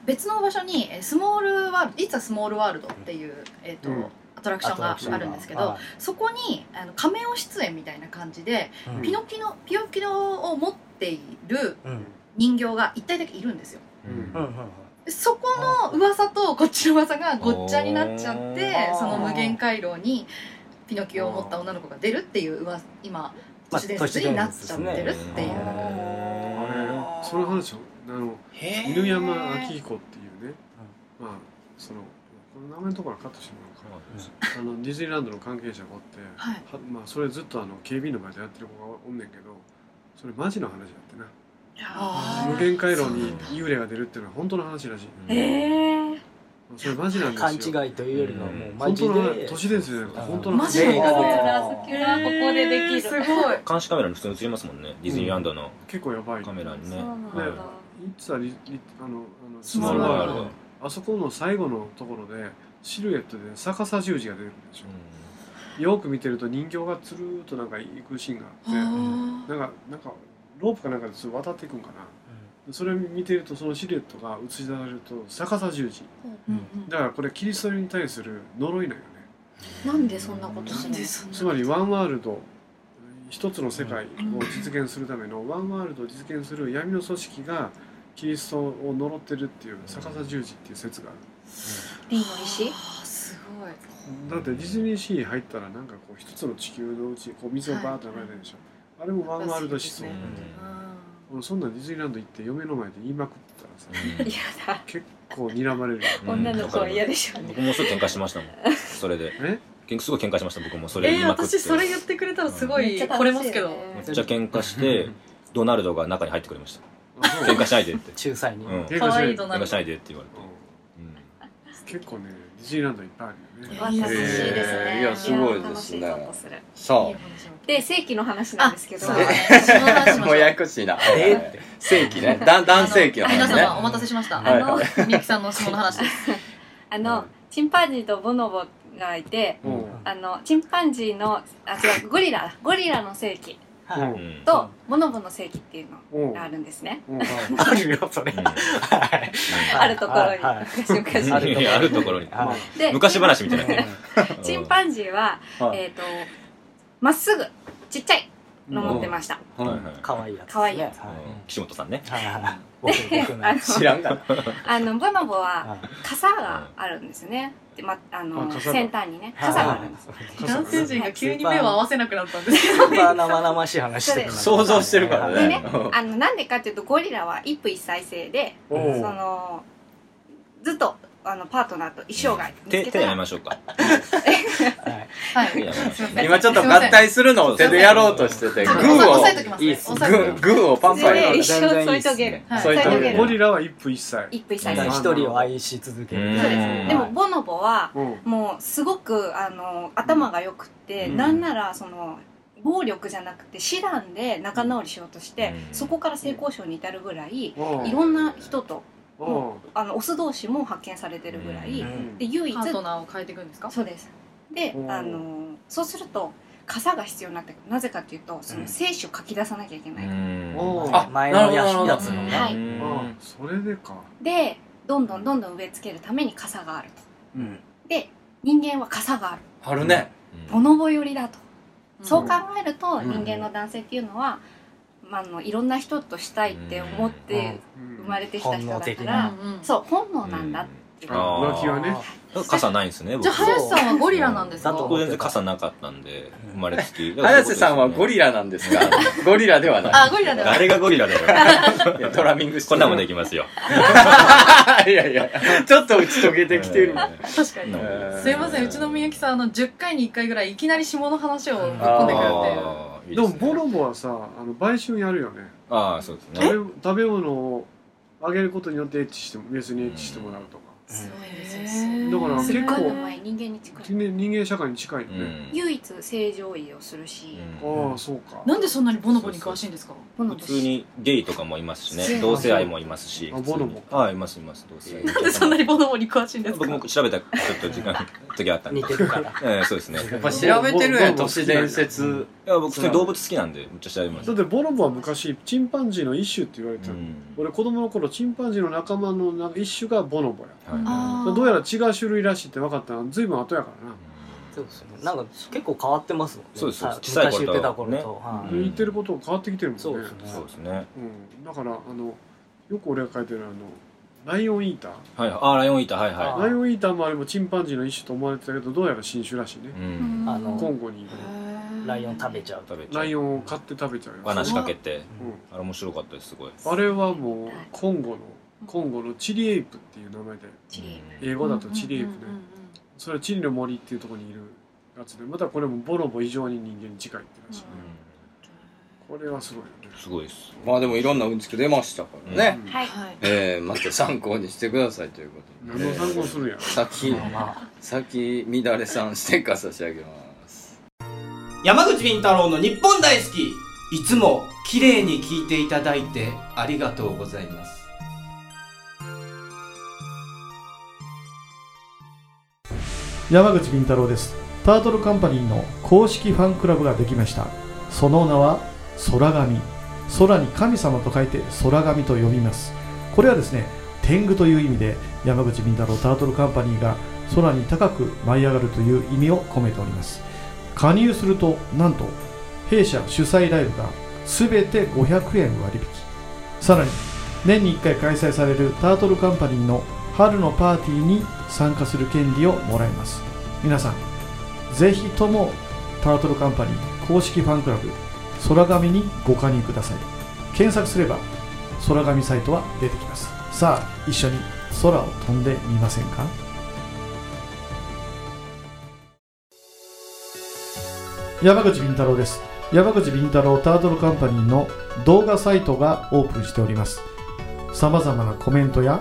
Speaker 6: 別の場所にえースモールワールド「いつはスモールワールド」っていう、えーと
Speaker 2: うん
Speaker 6: アトラクションがあるんですけど、そこにあの仮面を出演みたいな感じで、ピノキノピノキノを持っている人形が一体だけいるんですよでそこの噂とこっちの噂がごっちゃになっちゃって
Speaker 5: あー
Speaker 6: その無限回廊にピノキオを持った女の子が出るっていう噂今都市伝説になっちゃってるっていう、
Speaker 5: まあ
Speaker 2: あれその話をあの犬山明彦っていうね、まあそのこの名前のところはカットしてもらおうかなあのディズニーランドの関係者がおって、
Speaker 6: はい
Speaker 2: はまあ、それずっとあの警備員の前でやってる子がおんねんけどそれマジの話やってな
Speaker 6: あー
Speaker 2: 無限回廊に幽霊が出るっていうのは本当の話らしい
Speaker 4: ええ
Speaker 2: それマジなんですよ
Speaker 5: 勘違いというよりはもうマ
Speaker 2: 本
Speaker 5: ジ
Speaker 2: 当の話
Speaker 5: で
Speaker 2: 都市伝説じゃなくて本当の
Speaker 6: マジの
Speaker 2: 話
Speaker 5: 霊が出て
Speaker 4: ラスキュラーここででき
Speaker 6: す
Speaker 4: る、
Speaker 6: ごい
Speaker 3: 監視カメラに普通に映りますもんねディズニーランドの
Speaker 2: 結構やばいい
Speaker 3: カメラに
Speaker 4: そ
Speaker 3: ね
Speaker 4: うなん
Speaker 2: ね
Speaker 4: だ、
Speaker 2: つはリリあのあの
Speaker 6: スモールワールド
Speaker 2: あそこの最後のところでシルエットで逆さ十字が出てくるんでしょ、よく見てると人形がつるーっとなんか行くシーンがあって
Speaker 6: あ
Speaker 2: なんかなんかロープかなんかでちょっと渡っていくんかなそれ見てるとそのシルエットが映し出されると逆さ十字
Speaker 6: ーうんうん
Speaker 2: だからこれキリストに対する呪いなんよね
Speaker 4: なんでそんなことするの
Speaker 6: そん
Speaker 2: つまりワンワールド一つの世界を実現するためのワンワールドを実現する闇の組織がキリストを呪ってるっていう逆さ十字っていう説がある
Speaker 4: リーの石
Speaker 6: あーすごい
Speaker 2: だってディズニーシー入ったらなんかこう一つの地球のうちこう水がバーッと流れてるでしょ、あれもワンワールド思想、
Speaker 6: そうですね
Speaker 2: 俺そんなんディズニーランド行って嫁の前で言いまくってたらさ
Speaker 4: 嫌だ
Speaker 2: 結構睨まれるよ
Speaker 4: 女の子は嫌でしょうね
Speaker 3: 僕もすぐ喧嘩しましたも んそれで
Speaker 2: え
Speaker 3: すごい喧嘩しました僕もそれ
Speaker 6: え
Speaker 3: 言い
Speaker 6: ー、
Speaker 3: まくって
Speaker 6: 私それ言ってくれたらすごい惚れますけど、
Speaker 3: めっちゃ喧嘩してドナルドが中に入ってくれました
Speaker 2: あそう
Speaker 3: 喧嘩しないでって
Speaker 5: 仲裁に
Speaker 3: うん
Speaker 2: 喧嘩し
Speaker 6: 可
Speaker 2: ない
Speaker 6: 愛いド
Speaker 3: 喧
Speaker 6: ナ
Speaker 3: 嘩
Speaker 6: ル
Speaker 3: し
Speaker 6: ド
Speaker 3: ないでって言われて
Speaker 2: 結構ねディズニーランドいっぱいあるよね
Speaker 4: わ優しいです
Speaker 1: へ
Speaker 4: ね
Speaker 1: ーいやすごいですね
Speaker 4: や楽しいことする
Speaker 1: さあ
Speaker 6: いい話
Speaker 4: で正規の話なんですけど
Speaker 6: あそうだねその話しましょ
Speaker 1: も
Speaker 6: う
Speaker 1: うややこしいな。
Speaker 5: えーって
Speaker 1: 正規ね。だ男性器の
Speaker 6: 皆
Speaker 1: 話
Speaker 6: 様
Speaker 1: ね。
Speaker 6: お待たせしました、
Speaker 1: はい
Speaker 4: あの
Speaker 6: みゆきさんのその話です
Speaker 4: あのチンパンジーとボノボがいて
Speaker 2: うんうん
Speaker 4: あのチンパンジーのあ違うゴリラだゴリラの世紀
Speaker 5: はい
Speaker 3: うん
Speaker 4: とボノボの世紀っていう
Speaker 2: うん
Speaker 4: のがあるんですね
Speaker 2: うん
Speaker 5: あるよそれ
Speaker 3: うん
Speaker 5: はい
Speaker 4: あるところに
Speaker 5: はい
Speaker 4: 昔
Speaker 3: あ
Speaker 4: 々
Speaker 3: るいやあるところに
Speaker 5: はい
Speaker 4: で
Speaker 3: 昔話みたいな
Speaker 4: チンパンジーはえっとまっすぐちっちゃいの持ってました
Speaker 1: うん
Speaker 3: はいはい
Speaker 5: 可愛いやつですね
Speaker 4: 可愛いやつ
Speaker 5: は
Speaker 3: うん岸本さんね
Speaker 5: はいはいはい僕僕の
Speaker 4: あ
Speaker 5: や
Speaker 4: の
Speaker 5: つ
Speaker 1: 知らんかな。
Speaker 4: あのボノボは
Speaker 5: は
Speaker 4: 傘があるんですねでまあの
Speaker 2: あ傘が
Speaker 4: 先端にね
Speaker 5: い
Speaker 4: 傘があるんです
Speaker 2: うん
Speaker 6: 男性陣が急に目を合わせなくなったんですけ
Speaker 5: スーパー生々しい話してるな
Speaker 1: 想像してるから
Speaker 4: で
Speaker 1: ね
Speaker 4: ね。あのなんでかっていうとゴリラは一夫一妻制で
Speaker 2: お
Speaker 4: そ
Speaker 2: お
Speaker 4: のずっとあのパートナーと一生涯見つ
Speaker 3: 手
Speaker 4: け
Speaker 3: 手
Speaker 4: た
Speaker 3: やめ
Speaker 4: ら
Speaker 3: ましょうかいやまあ
Speaker 5: はい
Speaker 6: どはいすいません
Speaker 1: 今ちょっと合体するのを手でやろうとしてて、
Speaker 6: ち
Speaker 1: グ
Speaker 6: ょ
Speaker 1: ー
Speaker 6: っと押さ
Speaker 1: を
Speaker 6: 押さえときます
Speaker 5: いい
Speaker 6: ね
Speaker 5: っす
Speaker 6: 押
Speaker 1: グ
Speaker 6: さえと
Speaker 1: ー、
Speaker 6: き
Speaker 1: グーをパンパン
Speaker 4: で
Speaker 1: に
Speaker 4: 一生添い遂げる
Speaker 6: ます
Speaker 1: そう
Speaker 6: はいい
Speaker 1: と
Speaker 6: 最
Speaker 1: こ
Speaker 6: 上
Speaker 1: で
Speaker 6: 限
Speaker 2: ゴリラは一夫一妻
Speaker 4: 一夫一妻制
Speaker 5: だから一人を愛し続け
Speaker 3: うん
Speaker 5: る
Speaker 4: そうですねでもボノボは
Speaker 2: うん
Speaker 4: もうすごくあの頭が良くて、
Speaker 3: うん
Speaker 4: なんならその暴力じゃなくて手段で仲直りしようとして、
Speaker 3: うん
Speaker 4: そこから性交渉に至るぐらい、
Speaker 2: うん
Speaker 4: いろんな人と
Speaker 2: うん
Speaker 4: あのオス同士も発見されてるぐらい、
Speaker 3: う
Speaker 2: うん
Speaker 4: で唯一
Speaker 6: パートナーを変えていくんですか
Speaker 4: そうですで
Speaker 2: うん
Speaker 4: あのそうすると傘が必要になってくるなぜかっていうとその精子を書き出さなきゃいけない、
Speaker 2: お
Speaker 5: あ前のややつの
Speaker 4: は
Speaker 5: ね
Speaker 4: い
Speaker 2: うんそれでか
Speaker 4: でどんどんどんどん植え付けるために傘があると
Speaker 5: うん
Speaker 4: で人間は傘がある
Speaker 1: あるね。
Speaker 4: ボノボ寄りだと
Speaker 6: うん
Speaker 4: そう考えると
Speaker 1: うん
Speaker 4: 人間の男性っていうのは、まあ、あのいろんな人としたいって思って
Speaker 2: うん
Speaker 4: 生まれてきた人だか
Speaker 5: 本能的
Speaker 4: ら
Speaker 5: な、
Speaker 6: うんうん
Speaker 4: そう本能なんだっていう、
Speaker 2: あ浮気はね
Speaker 3: 傘ないんですね僕
Speaker 6: じゃあ林さんはゴリラなんですか
Speaker 5: だと
Speaker 3: 僕全然傘なかったんで生まれつき
Speaker 1: 綾瀬さんはゴ
Speaker 3: リ
Speaker 1: リラなんですが、ゴリラではな
Speaker 6: あゴリラだ
Speaker 3: 誰がゴリラだよ
Speaker 1: い。いやトラミングして
Speaker 3: こんなもん
Speaker 1: で。
Speaker 3: できますよ
Speaker 1: いやいや、ちょっと打ち解けてきてる。
Speaker 6: 確かに
Speaker 1: えー
Speaker 6: すいませんうちのみゆきさんあの10回に1回ぐらいいきなり下の話をぶっ
Speaker 1: 飛
Speaker 6: 込んでくるんで
Speaker 3: あーい
Speaker 2: で
Speaker 3: い
Speaker 2: すも
Speaker 3: ね
Speaker 2: ボノボはさあの売春やるよね
Speaker 3: ああそうですね
Speaker 2: 食べ食べ物をあげることによってエッチしてもメスにエッチしてもらうとか、
Speaker 4: すごいですよ
Speaker 6: へ
Speaker 2: だから
Speaker 4: す
Speaker 2: 結
Speaker 4: ごい
Speaker 2: 構
Speaker 4: うまい人間に近い
Speaker 2: 人間人間社会に近いよ
Speaker 3: う
Speaker 2: ね、
Speaker 3: ん
Speaker 4: 唯一正常位をするし、
Speaker 3: うん
Speaker 2: ああそうか
Speaker 6: なんでそんなにボノボに詳しいんですか
Speaker 4: この
Speaker 3: 普通にゲイとかもいますし
Speaker 4: そう
Speaker 3: ね同性愛もいますし
Speaker 2: あ
Speaker 3: 普通に
Speaker 2: ボノボ
Speaker 3: ああいますいます同性愛
Speaker 6: なんでそんなにボノボに詳しいんですか
Speaker 3: 僕も調べたちょっと時間時あった んで
Speaker 5: 似てるから。
Speaker 3: ええそうですね
Speaker 1: やっぱ調べてるやん、都市伝説。
Speaker 3: いや僕普通に動物好きなんでめっちゃ調べまし
Speaker 2: だ
Speaker 3: た
Speaker 2: ってボノボは昔チンパンジーの一種って言われて
Speaker 3: う
Speaker 2: た、
Speaker 3: ん
Speaker 2: 俺子供の頃チンパンジーの仲間のな一種がボノボや
Speaker 3: は
Speaker 6: あー
Speaker 2: どうやら違う種類らしいって分かったの随分後やからない
Speaker 5: そうですね。なんか結構変わってますもんね。
Speaker 3: そうですそう
Speaker 5: は
Speaker 3: で
Speaker 5: い
Speaker 3: す小さい頃と
Speaker 5: 昔言ってた頃と。
Speaker 3: う
Speaker 5: は
Speaker 3: ん
Speaker 5: い
Speaker 2: 言ってること変わってきてるもんね
Speaker 5: そうですね。
Speaker 3: そうですね
Speaker 2: うん、だからあのよく俺が書いてるあのライオンイーター
Speaker 3: はいああライオンいたはい
Speaker 5: あ
Speaker 3: は
Speaker 5: ー
Speaker 2: ライオンイーターもあれもチンパンジーの一種と思われてたけどどうやら新種らしいね
Speaker 3: い、うん、
Speaker 5: あの
Speaker 2: コンゴにいる
Speaker 5: ライオン食べちゃうと。
Speaker 3: 食べちゃ
Speaker 2: ライ
Speaker 3: う
Speaker 2: オンを飼って食べちゃうよ、
Speaker 3: 罠仕掛けて
Speaker 2: う
Speaker 3: あれ面白かったですすごい
Speaker 2: ん、あれはもうコンゴのコンゴのチリエイプっていう名前で
Speaker 4: チリ
Speaker 2: 英語だとチリエイプね、それはチリの森っていうところにいるやつでまたこれもボロボ以上に人間に近いってらしいね、これはすごいよね
Speaker 3: すごいです
Speaker 1: まあでもいろんなうんちく出ましたからね。
Speaker 2: うん
Speaker 4: はい
Speaker 6: はい
Speaker 1: えー、また参考にしてくださいということで。
Speaker 2: 何の参考するんや
Speaker 1: 先、
Speaker 5: ま
Speaker 1: 先乱れさんステッカー差し上げます。
Speaker 7: 山口敏太郎の日本大好きいつも綺麗に聞いていただいてありがとうございます
Speaker 8: 山口敏太郎ですタートルカンパニーの公式ファンクラブができましたその名は空神空に神様と書いて空神と呼びますこれはですね天狗という意味で山口敏太郎タートルカンパニーが空に高く舞い上がるという意味を込めております加入するとなんと弊社主催ライブが全て500円割引さらに年に1回開催されるタートルカンパニーの春のパーティーに参加する権利をもらえます皆さんぜひともタートルカンパニー公式ファンクラブ空紙にご加入ください検索すれば空紙サイトは出てきますさあ一緒に空を飛んでみませんか山口敏太郎です山口敏太郎タートルカンパニーの動画サイトがオープンしておりますさまざまなコメントや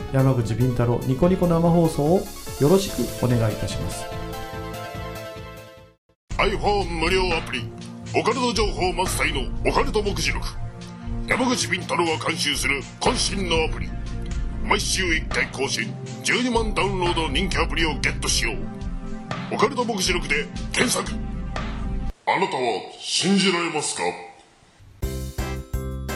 Speaker 8: 山口敏太郎ニコニコ生放送をよろしくお願いいたします
Speaker 9: iPhone 無料アプリオカルト情報満載のオカルト目次録山口敏太郎が監修する渾身のアプリ毎週1回更新12万ダウンロード人気アプリをゲットしようオカルト目次録で検索あなたは信じられますか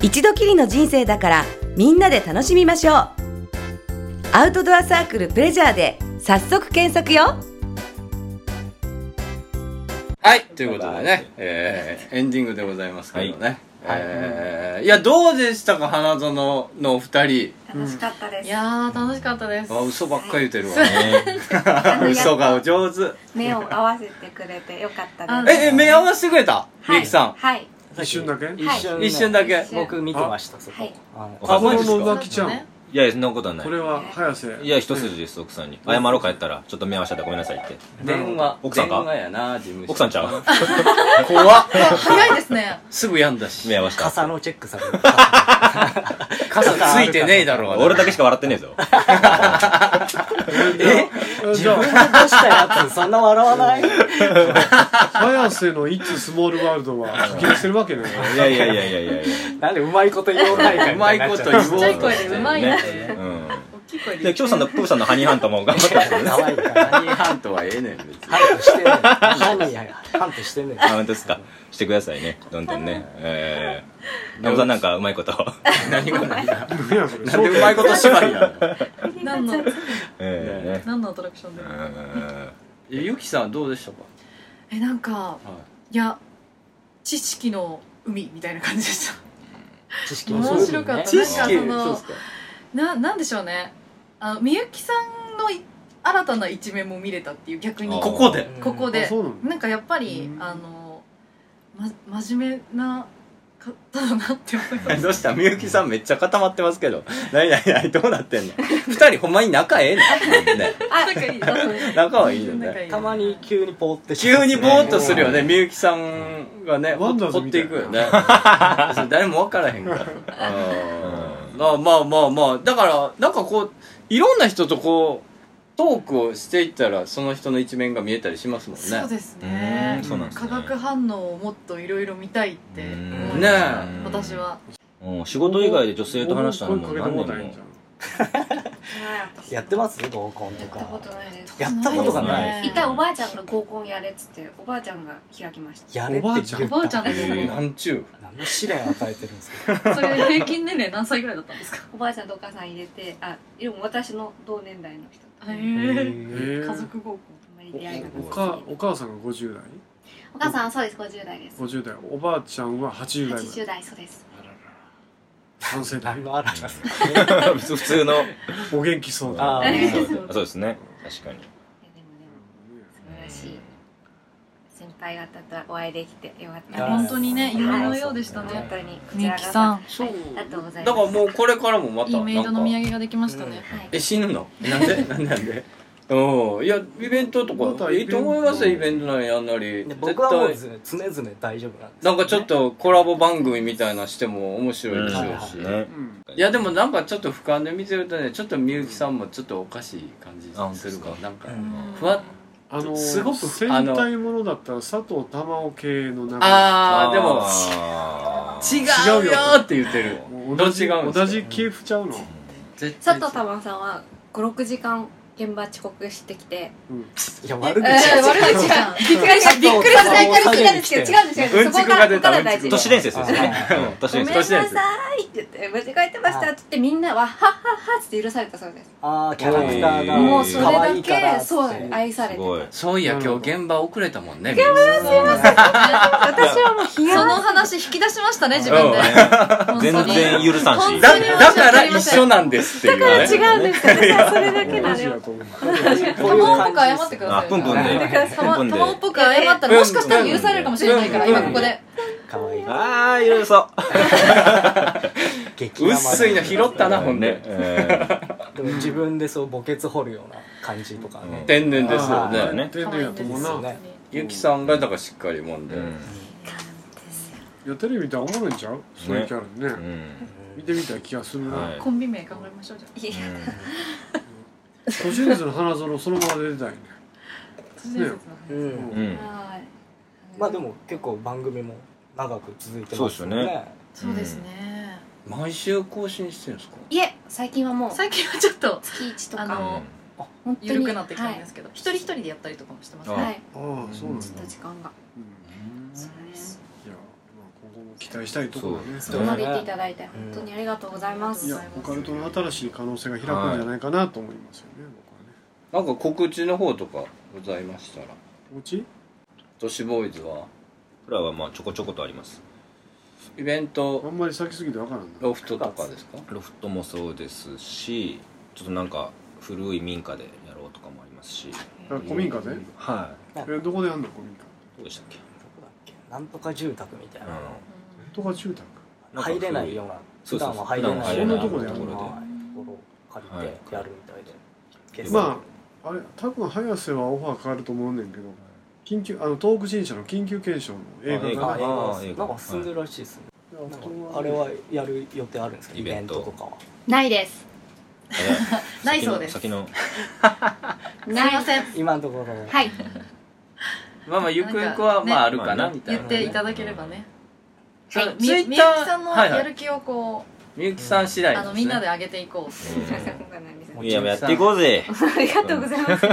Speaker 10: 一度きりの人生だからみんなで楽しみましょうアウトドアサークルプレジャーで早速検索よ
Speaker 1: はい、ということでね、えー、エンディングでございますけどね。
Speaker 3: はい
Speaker 1: えーいや、どうでしたか、花園のお二人。
Speaker 4: 楽しかったで
Speaker 6: い
Speaker 4: す、
Speaker 6: やー楽しかったです
Speaker 1: あ、嘘ばっかり言ってるわ
Speaker 3: ね
Speaker 1: ね。 嘘がお上手。
Speaker 4: 目を合わせてくれてよかったです
Speaker 1: え、え目合わせてくれた
Speaker 4: はい
Speaker 1: みゆきさ
Speaker 4: はい
Speaker 2: 一瞬だけ
Speaker 5: 一瞬ね
Speaker 1: ん。一瞬だけ。
Speaker 4: 一瞬
Speaker 5: 僕見てましたそこ
Speaker 4: はい。
Speaker 5: はい
Speaker 1: あ
Speaker 2: 心
Speaker 1: マジです
Speaker 2: の
Speaker 1: か
Speaker 2: 浮気ちゃん
Speaker 6: ね
Speaker 3: いやいやそんなことはない
Speaker 2: これは早瀬
Speaker 3: いや一筋です奥さんに謝ろうかやったらちょっと目合わせちゃったごめんなさいって
Speaker 1: 電話
Speaker 3: 奥さんか
Speaker 1: 電話やな事務所
Speaker 3: 奥さんちゃう
Speaker 1: 怖っ
Speaker 6: 早いですね
Speaker 1: すぐ病んだし
Speaker 3: 目合わせた
Speaker 5: 傘のチェックされる。
Speaker 1: ついてねえだろうな
Speaker 3: 俺だけしか笑ってねえぞ
Speaker 2: え
Speaker 5: 自
Speaker 2: じゃ
Speaker 5: 分で出したやつ、そんな笑わない
Speaker 2: あ早瀬の「イッツ・スモール・ワールド」は書き出してるわけね
Speaker 3: いやいやいやいやいやいや
Speaker 5: なんでうまいこと言おうないか
Speaker 1: うまいこと言おう
Speaker 6: ちっちゃい声でうまいなっていう
Speaker 3: うん
Speaker 6: 大きい声で
Speaker 3: で、
Speaker 6: 言
Speaker 3: キョウさんのプーさんのハニーハンターも頑張ってますよね。
Speaker 5: 可愛いから。
Speaker 1: ハニーハントはええねん別に
Speaker 5: ハントしてねえ。何や、ハントしてね
Speaker 3: あ、本当ですか。してくださいね。どんどんね。えー。ナムさんなんかうまいこと。
Speaker 1: 何が何が
Speaker 2: 何やそれ
Speaker 1: なんでうまいこと縛りなの
Speaker 6: う何 の
Speaker 3: え
Speaker 6: 何のアトラクション
Speaker 3: ー
Speaker 6: でも
Speaker 3: ね。
Speaker 1: えゆきさんどうでしたか
Speaker 6: えなんかいや知識の海みたい な感じでし
Speaker 5: 知識
Speaker 6: た
Speaker 5: も
Speaker 6: 面白かったなんかそ
Speaker 1: そうで
Speaker 6: の
Speaker 1: すか
Speaker 6: ななんでしょうねあのみゆきさんのい新たな一面も見れたっていう逆に
Speaker 3: あ
Speaker 1: ここで
Speaker 6: ここ
Speaker 2: あ
Speaker 6: で
Speaker 2: そうなの
Speaker 6: なんかやっぱり
Speaker 2: うん
Speaker 6: あの、ま、真面目な方だなって思いま
Speaker 1: どうしたみゆきさんめっちゃ固まってますけど何何何どうなってんの二人ほんまに仲ええねんね
Speaker 6: あ仲いい
Speaker 1: 仲はいいよね
Speaker 5: たまに急にポーって
Speaker 1: 急にぼーっとするよねみゆきさんがね
Speaker 2: ワンダーズ
Speaker 1: 追っ
Speaker 2: み
Speaker 1: て
Speaker 2: たい
Speaker 1: いく
Speaker 2: な
Speaker 1: よねそれ誰も分からへんからうんまあまあまあまあだからなんかこういろんな人とこうトークをしていったらその人の一面が見えたりしますもんね
Speaker 6: そうです
Speaker 3: う
Speaker 6: ね
Speaker 3: んそうなんです
Speaker 6: 化
Speaker 3: ね
Speaker 6: 学反応をもっといろいろ見たいって思い
Speaker 1: ね
Speaker 6: ま
Speaker 1: え
Speaker 6: す
Speaker 1: え
Speaker 6: 私は
Speaker 3: うん仕事以外で女性と話したのも
Speaker 2: 声かけたこ
Speaker 3: 何年
Speaker 2: とないん
Speaker 3: も
Speaker 2: じゃん
Speaker 5: やってます合コンと
Speaker 11: やったこ
Speaker 5: か
Speaker 11: とないです
Speaker 5: やったことがない
Speaker 6: ね
Speaker 11: 一回おばあちゃんが合コンやれっつっておばあちゃんが開きました
Speaker 5: やれって言った
Speaker 6: おばあちゃんの
Speaker 1: えーなんちゅ
Speaker 5: 何の試練与えてるんですか
Speaker 6: それ平均年齢何歳ぐらいだった んですか
Speaker 11: おばあちゃんとお母さん入れてあでも私の同年代の人
Speaker 6: へ
Speaker 2: へ
Speaker 6: え
Speaker 2: ー
Speaker 6: 家族合コン
Speaker 11: あんまり出会いがな
Speaker 2: お
Speaker 11: くて
Speaker 2: かお母さんが50代
Speaker 11: お母さんはそうです50代です
Speaker 2: 50代おばあちゃんは80代ぐらい
Speaker 11: 80代そうです
Speaker 2: 3世代
Speaker 5: 何のあらが
Speaker 3: 普通の。
Speaker 2: お元気そう
Speaker 5: あ
Speaker 2: だ
Speaker 5: ー
Speaker 3: そうですね。確かに。
Speaker 11: いやでもでも素晴らしい先輩方とお会いできてよかったです
Speaker 5: あー
Speaker 6: 本当にね夢のようでした
Speaker 11: 本
Speaker 6: ね
Speaker 11: 当にこ
Speaker 6: み
Speaker 11: ち
Speaker 6: ゆ
Speaker 11: らが
Speaker 6: きさん
Speaker 11: あ
Speaker 1: う
Speaker 11: りがとうございます
Speaker 1: だからもうこれからもまた
Speaker 6: いいメイドの土
Speaker 1: なんか
Speaker 6: 産ができましたね
Speaker 11: はい
Speaker 1: え死ぬのなん でなんでなんでうんいやイベントと
Speaker 2: また
Speaker 1: か
Speaker 2: イベ
Speaker 1: いい
Speaker 2: ント
Speaker 1: と思いますよイベントなりやんなり
Speaker 5: で
Speaker 1: 絶
Speaker 5: 僕はもう
Speaker 1: 対
Speaker 5: ず常々大丈夫なんです
Speaker 1: なんかちょっとコラボ番組みたいなしても面白いでしょうし、
Speaker 3: ね。
Speaker 2: うん
Speaker 1: いやでもなんかちょっと俯瞰で見てるとねちょっとみゆきさんもちょっとおかしい感じ
Speaker 3: あ
Speaker 1: するか
Speaker 3: そうです
Speaker 1: なんか
Speaker 6: うん
Speaker 1: ふわっ
Speaker 2: あの
Speaker 1: すごく
Speaker 2: 戦
Speaker 1: あの
Speaker 2: 隊ものだったら佐藤珠緒系のなんか
Speaker 1: あーでも
Speaker 3: あー
Speaker 1: 違うよーって言ってる
Speaker 2: もう
Speaker 1: ど
Speaker 2: 同
Speaker 1: っち
Speaker 2: じ
Speaker 1: が合うんですか
Speaker 2: 同じ系譜ちゃうの
Speaker 1: 絶対
Speaker 11: 佐藤珠さんは56時間現場遅刻してきて
Speaker 5: いや
Speaker 11: えー
Speaker 5: 悪口違う
Speaker 11: 悪口がびっくりしたびっくりしたびっくりしたんですけど違うんですよ
Speaker 1: うん
Speaker 11: そ
Speaker 1: ち
Speaker 11: こ
Speaker 1: く
Speaker 11: か
Speaker 1: が
Speaker 11: ら
Speaker 1: 出
Speaker 11: ここ
Speaker 1: た
Speaker 11: から大事
Speaker 1: うん
Speaker 11: で
Speaker 3: 都
Speaker 11: す
Speaker 3: 市伝説ですよね
Speaker 5: は。
Speaker 3: うん都市
Speaker 11: ごめ
Speaker 3: 伝
Speaker 11: ん
Speaker 3: 説。
Speaker 11: なさいって言って間違えてましたって言ってみんなははっはっはって許されたそうです
Speaker 5: あーキャラクターが
Speaker 11: もうそれ
Speaker 5: 可愛
Speaker 11: だ
Speaker 5: いからっ
Speaker 11: け
Speaker 5: て
Speaker 11: そう愛され
Speaker 3: す
Speaker 11: て
Speaker 3: ごい。
Speaker 1: そういや今日現場遅れたもんね
Speaker 11: 私はもう冷
Speaker 6: そ
Speaker 11: や
Speaker 6: の話引き出しましたね自分で本当に
Speaker 3: 全然許さんし。
Speaker 6: 本
Speaker 1: だ
Speaker 6: 当に
Speaker 1: だから一緒なんですっていう、ね、だ
Speaker 11: 違うんですよねそれだけな
Speaker 2: 同
Speaker 11: の
Speaker 2: じ
Speaker 11: よ
Speaker 2: やと思う
Speaker 6: 卵っぽく謝ってください
Speaker 3: あ、プンプンで。
Speaker 6: たま
Speaker 3: プンプンで。
Speaker 6: 卵っぽく謝ったらもしかしたら許されるかもしれないから
Speaker 1: うん
Speaker 6: 今ここで
Speaker 5: 可愛い
Speaker 3: ああ、いろいろそう。
Speaker 5: 激
Speaker 1: う
Speaker 5: 甘
Speaker 1: っすいの拾ったなほんで、
Speaker 3: ね。
Speaker 5: でも自分でそう墓穴掘るような感じとかね
Speaker 1: 天然ですよ
Speaker 5: あ
Speaker 1: ね
Speaker 5: ー
Speaker 2: ね天然やと思う
Speaker 5: そう
Speaker 2: な
Speaker 5: ね
Speaker 1: ゆきさんがだからしっかりもんで、
Speaker 3: うん
Speaker 2: いやテレビ見たらおもろいんちゃうそういうキャラ
Speaker 3: う
Speaker 2: ね
Speaker 3: ん
Speaker 2: 見てみたい気がする
Speaker 3: は
Speaker 2: ない
Speaker 6: コンビ名考えましょうじゃ
Speaker 11: いや
Speaker 2: 都市伝説の花園そのまま出てたよね
Speaker 6: あ都市伝説の
Speaker 5: う
Speaker 6: 話
Speaker 5: ん
Speaker 3: うん。うん
Speaker 11: はい
Speaker 5: まあでも結構番組も長く続いてます
Speaker 3: そ
Speaker 5: よ
Speaker 3: うです
Speaker 5: ね
Speaker 6: そうですね
Speaker 1: 毎週更新してるんですか
Speaker 11: いえ最近はもう
Speaker 6: 最近はちょっと
Speaker 11: 月一と
Speaker 6: あ
Speaker 11: か
Speaker 6: の
Speaker 11: 本当
Speaker 6: 緩
Speaker 11: に
Speaker 6: くなってきたんですけど一人一人でやったりとかもしてます
Speaker 11: はい
Speaker 6: ね
Speaker 11: はい
Speaker 2: ああそうなんだ
Speaker 11: ちょっと時間が
Speaker 2: うん
Speaker 11: そうです
Speaker 2: いやまあ今後も期待したいところだね
Speaker 11: ちょっと乗りていただいて本当にありがとうございます
Speaker 2: いやオカルトの新しい可能性が開くんじゃないかなと思いますよね僕はね
Speaker 1: なんか告知の方とかございましたら
Speaker 2: おうち
Speaker 1: 都市ボーイズは
Speaker 3: 僕らはまあちょこちょことあります。
Speaker 1: イベン
Speaker 2: あ
Speaker 1: ト
Speaker 2: んまり先すぎてわからんな
Speaker 1: ロフトとかですか
Speaker 3: ロフトもそうですし、ちょっとなんか古い民家でやろうとかもありますし。
Speaker 2: あ古民家で
Speaker 3: は
Speaker 2: えどこでやんの古民家
Speaker 3: い。どうでしたっけ
Speaker 5: どこだっけなんとか住宅みたいな
Speaker 3: うん
Speaker 2: 人が住宅
Speaker 5: 入れないような
Speaker 3: そうそ
Speaker 5: 普
Speaker 3: う
Speaker 5: 段は入れない
Speaker 3: 普段は
Speaker 2: 入れないそんなとこでやる
Speaker 5: はい
Speaker 3: の
Speaker 5: ところ借りてやるみたいで、決算
Speaker 2: まああれ多分早瀬はオファー変わると思うねんけど緊急あの東北新社の緊急検証の映画が
Speaker 5: あ
Speaker 2: ね
Speaker 5: 映画なんか進んでるらしいですね、
Speaker 2: はい
Speaker 5: なんかあれはやる予定あるんですかイベントとかは
Speaker 4: ないです。ない
Speaker 3: 先
Speaker 4: そ
Speaker 3: の
Speaker 4: うです。
Speaker 3: 先の
Speaker 4: ないません。
Speaker 5: 今のところ
Speaker 4: はい。
Speaker 1: まあまあゆくゆくはまああるかなみたい
Speaker 6: 言
Speaker 1: な、
Speaker 6: っていただければね、
Speaker 1: そう
Speaker 6: はい、み
Speaker 1: ツイ
Speaker 6: み
Speaker 1: ッ
Speaker 6: ゆき
Speaker 1: ター
Speaker 6: さんの
Speaker 1: はいはい
Speaker 6: やる気をこ
Speaker 1: みゆきさん次
Speaker 6: う、
Speaker 1: 第
Speaker 6: あのみんなで上げていこうっていう
Speaker 3: いややっていこうぜ
Speaker 6: ありがとうございます。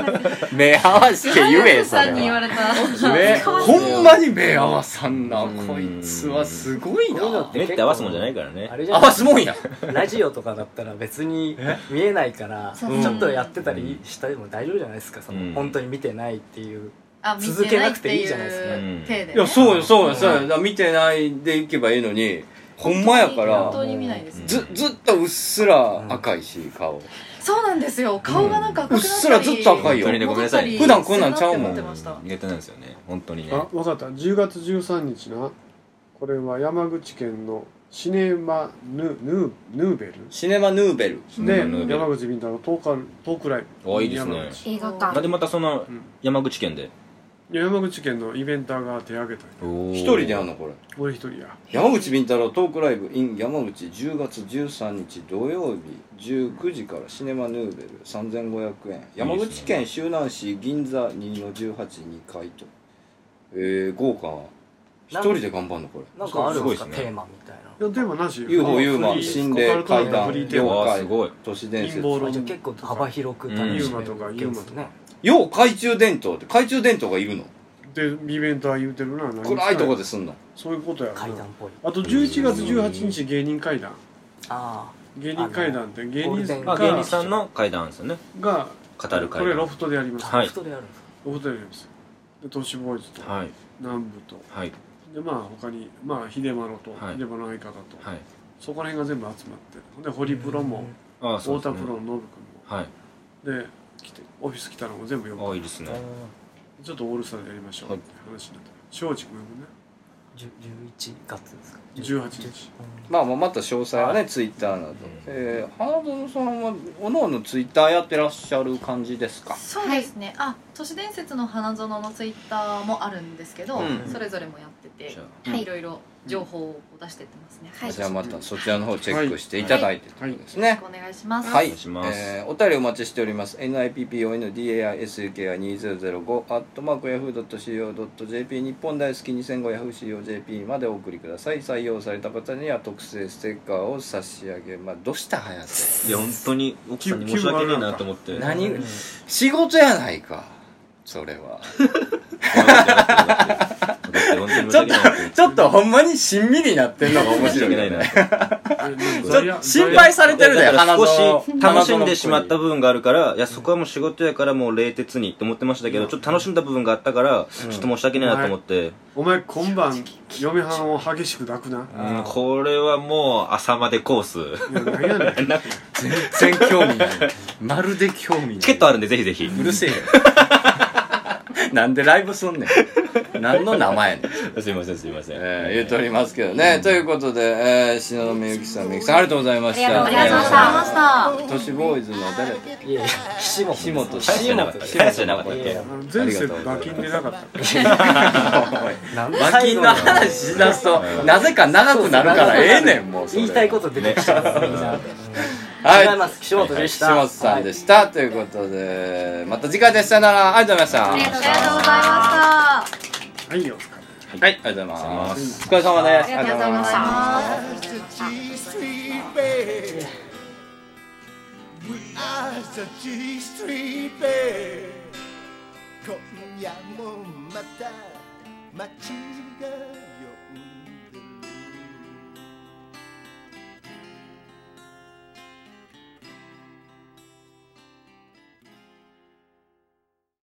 Speaker 1: 目合わせて言えそ
Speaker 6: さ
Speaker 1: れ
Speaker 6: んに言わ
Speaker 1: は
Speaker 6: れた。
Speaker 1: 目ほんまに目合わさんなこいつはすごいな
Speaker 3: 目って合わすもんじゃないからね
Speaker 5: あれじゃ
Speaker 1: 合
Speaker 5: ない
Speaker 1: わすもんや
Speaker 5: ラジオとかだったら別に見えないからち
Speaker 6: そうそう
Speaker 5: ょっとやってたりしたでも大丈夫じゃないですかその本当に見てないっていう
Speaker 6: あ見
Speaker 5: 続
Speaker 6: て
Speaker 5: け
Speaker 6: ない
Speaker 5: な
Speaker 6: っ
Speaker 5: く
Speaker 6: て
Speaker 5: てい
Speaker 6: い
Speaker 5: いじゃないですか
Speaker 6: う手で、ね。
Speaker 1: いやそうよそうよそうよだから見てないでいけばいいのにほんまやから
Speaker 6: 本当に見ないです。
Speaker 1: ずずっとうっすら赤いし顔
Speaker 6: そうなんですよ。顔がなんか
Speaker 1: う
Speaker 6: 赤
Speaker 1: っ
Speaker 6: くなったり。
Speaker 1: すらずっと赤いよ
Speaker 3: 本当にねごめんなさい
Speaker 1: 普段こんなんちゃうもん
Speaker 6: 戻ったりしてなって思ってました
Speaker 3: やってないんですよね本当にね
Speaker 2: あ分かった10月13日なこれは山口県のシネマヌヌヌーベル
Speaker 1: シネマヌーベル
Speaker 3: シネマヌー
Speaker 2: で
Speaker 3: ベル
Speaker 2: 山口み太郎トーカルトークライブ
Speaker 3: おいいですね
Speaker 2: 山口
Speaker 11: 映画
Speaker 3: なん
Speaker 11: 館
Speaker 3: でまたその山口県で
Speaker 2: いや山口県のイベンターが手挙げたんや
Speaker 1: 一
Speaker 3: 一
Speaker 1: 人でやんのこれ
Speaker 2: 俺一人や
Speaker 1: 山口敏太郎トークライブ in 山口10月13日土曜日19時からシネマヌーベル3500円山口県周南市銀座2の182階とえー、豪華一人で頑張るのこれ
Speaker 5: なんかあるんです
Speaker 3: す
Speaker 5: か
Speaker 3: ごいですね
Speaker 5: テーマみたいな
Speaker 2: や
Speaker 5: い
Speaker 2: でもなしよ
Speaker 1: UFO
Speaker 2: あ
Speaker 1: ユーマ
Speaker 2: フリー
Speaker 1: 心霊怪
Speaker 2: オカ
Speaker 1: 談
Speaker 2: ルト
Speaker 1: 妖
Speaker 2: の
Speaker 3: わあ
Speaker 1: 怪
Speaker 3: すごい
Speaker 1: 都市伝説
Speaker 2: 陰謀論
Speaker 5: あじゃあ結構幅広く楽しめるわけですね
Speaker 1: よう懐中電灯って懐中電灯がいるの
Speaker 2: フリーでイベンター言うてるな何
Speaker 1: 暗いとこですんの
Speaker 2: そういうことやな
Speaker 5: 階段っぽい
Speaker 2: あと11月18日芸人会談
Speaker 5: あ
Speaker 2: 芸人会談って芸
Speaker 5: ゴール
Speaker 2: 人
Speaker 5: デン
Speaker 2: が
Speaker 3: あ芸人さんの会談ですよね
Speaker 2: が
Speaker 3: 語る
Speaker 2: こ
Speaker 3: 会
Speaker 2: れロ
Speaker 3: 談
Speaker 2: フトでやります
Speaker 5: あ
Speaker 3: はい
Speaker 5: 人でやるんですか
Speaker 2: ロフトでやりますで都市ボーイズと
Speaker 3: はい
Speaker 2: 南部と
Speaker 3: はい
Speaker 2: でまあ他にまあ秀丸と
Speaker 3: はい
Speaker 2: 秀丸の相方と
Speaker 3: はい
Speaker 2: そこら辺が全部集まってほんでホリプロも
Speaker 3: あそう
Speaker 2: 太
Speaker 3: で
Speaker 2: 田
Speaker 3: すね
Speaker 2: プロのノ
Speaker 3: はい
Speaker 2: ブ君もで来てオフィス来たのも全部呼ぶ
Speaker 3: あいいですね
Speaker 2: ちょっとオールスターでやりましょうって話になって庄司 君もね
Speaker 5: じゅ11月ですか
Speaker 2: 18日
Speaker 1: まあまあまた詳細はねツイッターなど、えー、花園さんはおのおのツイッターやってらっしゃる感じですか
Speaker 6: そうですね、あ都市伝説の花園のツイッターもあるんですけど、
Speaker 1: うん
Speaker 6: それぞれもやってて
Speaker 3: じゃ、
Speaker 11: あ
Speaker 6: い、ろいろ情報を出してってますね、はい
Speaker 1: じゃあまたそちらの方チェックしていただいてということですね、
Speaker 6: お願いします、
Speaker 1: はい、
Speaker 3: お願いします
Speaker 1: えーお便りお待ちしております NIPPONDAISUKI2005 アットマーク Yahoo.co.jp 日本大好き2005 Yahoo.co.jp までお送りください採用された方には特製ステッカーを差し上げますどうした早 瀬
Speaker 3: いや本当に奥さんに申し訳ねえなと思って
Speaker 1: 何
Speaker 5: うん
Speaker 1: 仕事やないかそれは
Speaker 3: ち
Speaker 1: ちょっと ちょっとほんまにしんみりなってんのが面白いねちょっと心配されてるで
Speaker 3: だから
Speaker 1: 花園
Speaker 3: 少し楽しんでしまった部分があるから、いや、そこはもう仕事やからもう冷徹にって思ってましたけど、ちょっと楽しんだ部分があったから、ちょっと申し訳ないなと思って、
Speaker 2: お前今晩嫁はんを激しく抱くな
Speaker 3: うんこれはもう朝までコース。
Speaker 2: いや何やねん
Speaker 1: 全然興味ないまるで興味ない
Speaker 3: チケットあるんで、ぜひぜひ。
Speaker 1: うるせえよ なんでライブすんねん何の名前やねん、
Speaker 3: すいません、すいません。
Speaker 1: えー言うとおりますけどね、ということで、えー、篠宮ゆきさんみゆきさんありがとうございました
Speaker 11: ありがとうございま
Speaker 6: ありがとうございまし
Speaker 1: えー都市ボーイズの誰だっけ
Speaker 5: いやいや岸本
Speaker 1: 岸本
Speaker 5: 岸
Speaker 3: じゃなか
Speaker 5: 本
Speaker 3: った。林じゃなかったっ
Speaker 5: いやい
Speaker 3: け
Speaker 5: や
Speaker 2: あの前世馬琴でなかった
Speaker 5: なんで
Speaker 1: 馬琴の話しだす となぜか長くなるからええねんもうそれ
Speaker 5: 言いたいこと出てきちゃうみんな
Speaker 1: はい
Speaker 5: 違います岸本でした
Speaker 1: はい岸本さんでした、ということでまた次回ですさよならありがとうございました
Speaker 11: ありがとうございました
Speaker 6: たありがとうございまし
Speaker 2: は
Speaker 6: た
Speaker 2: いよ
Speaker 1: はい、ありがとうございます。お疲れ様です。ありがとうございました。
Speaker 12: 今夜もまた街が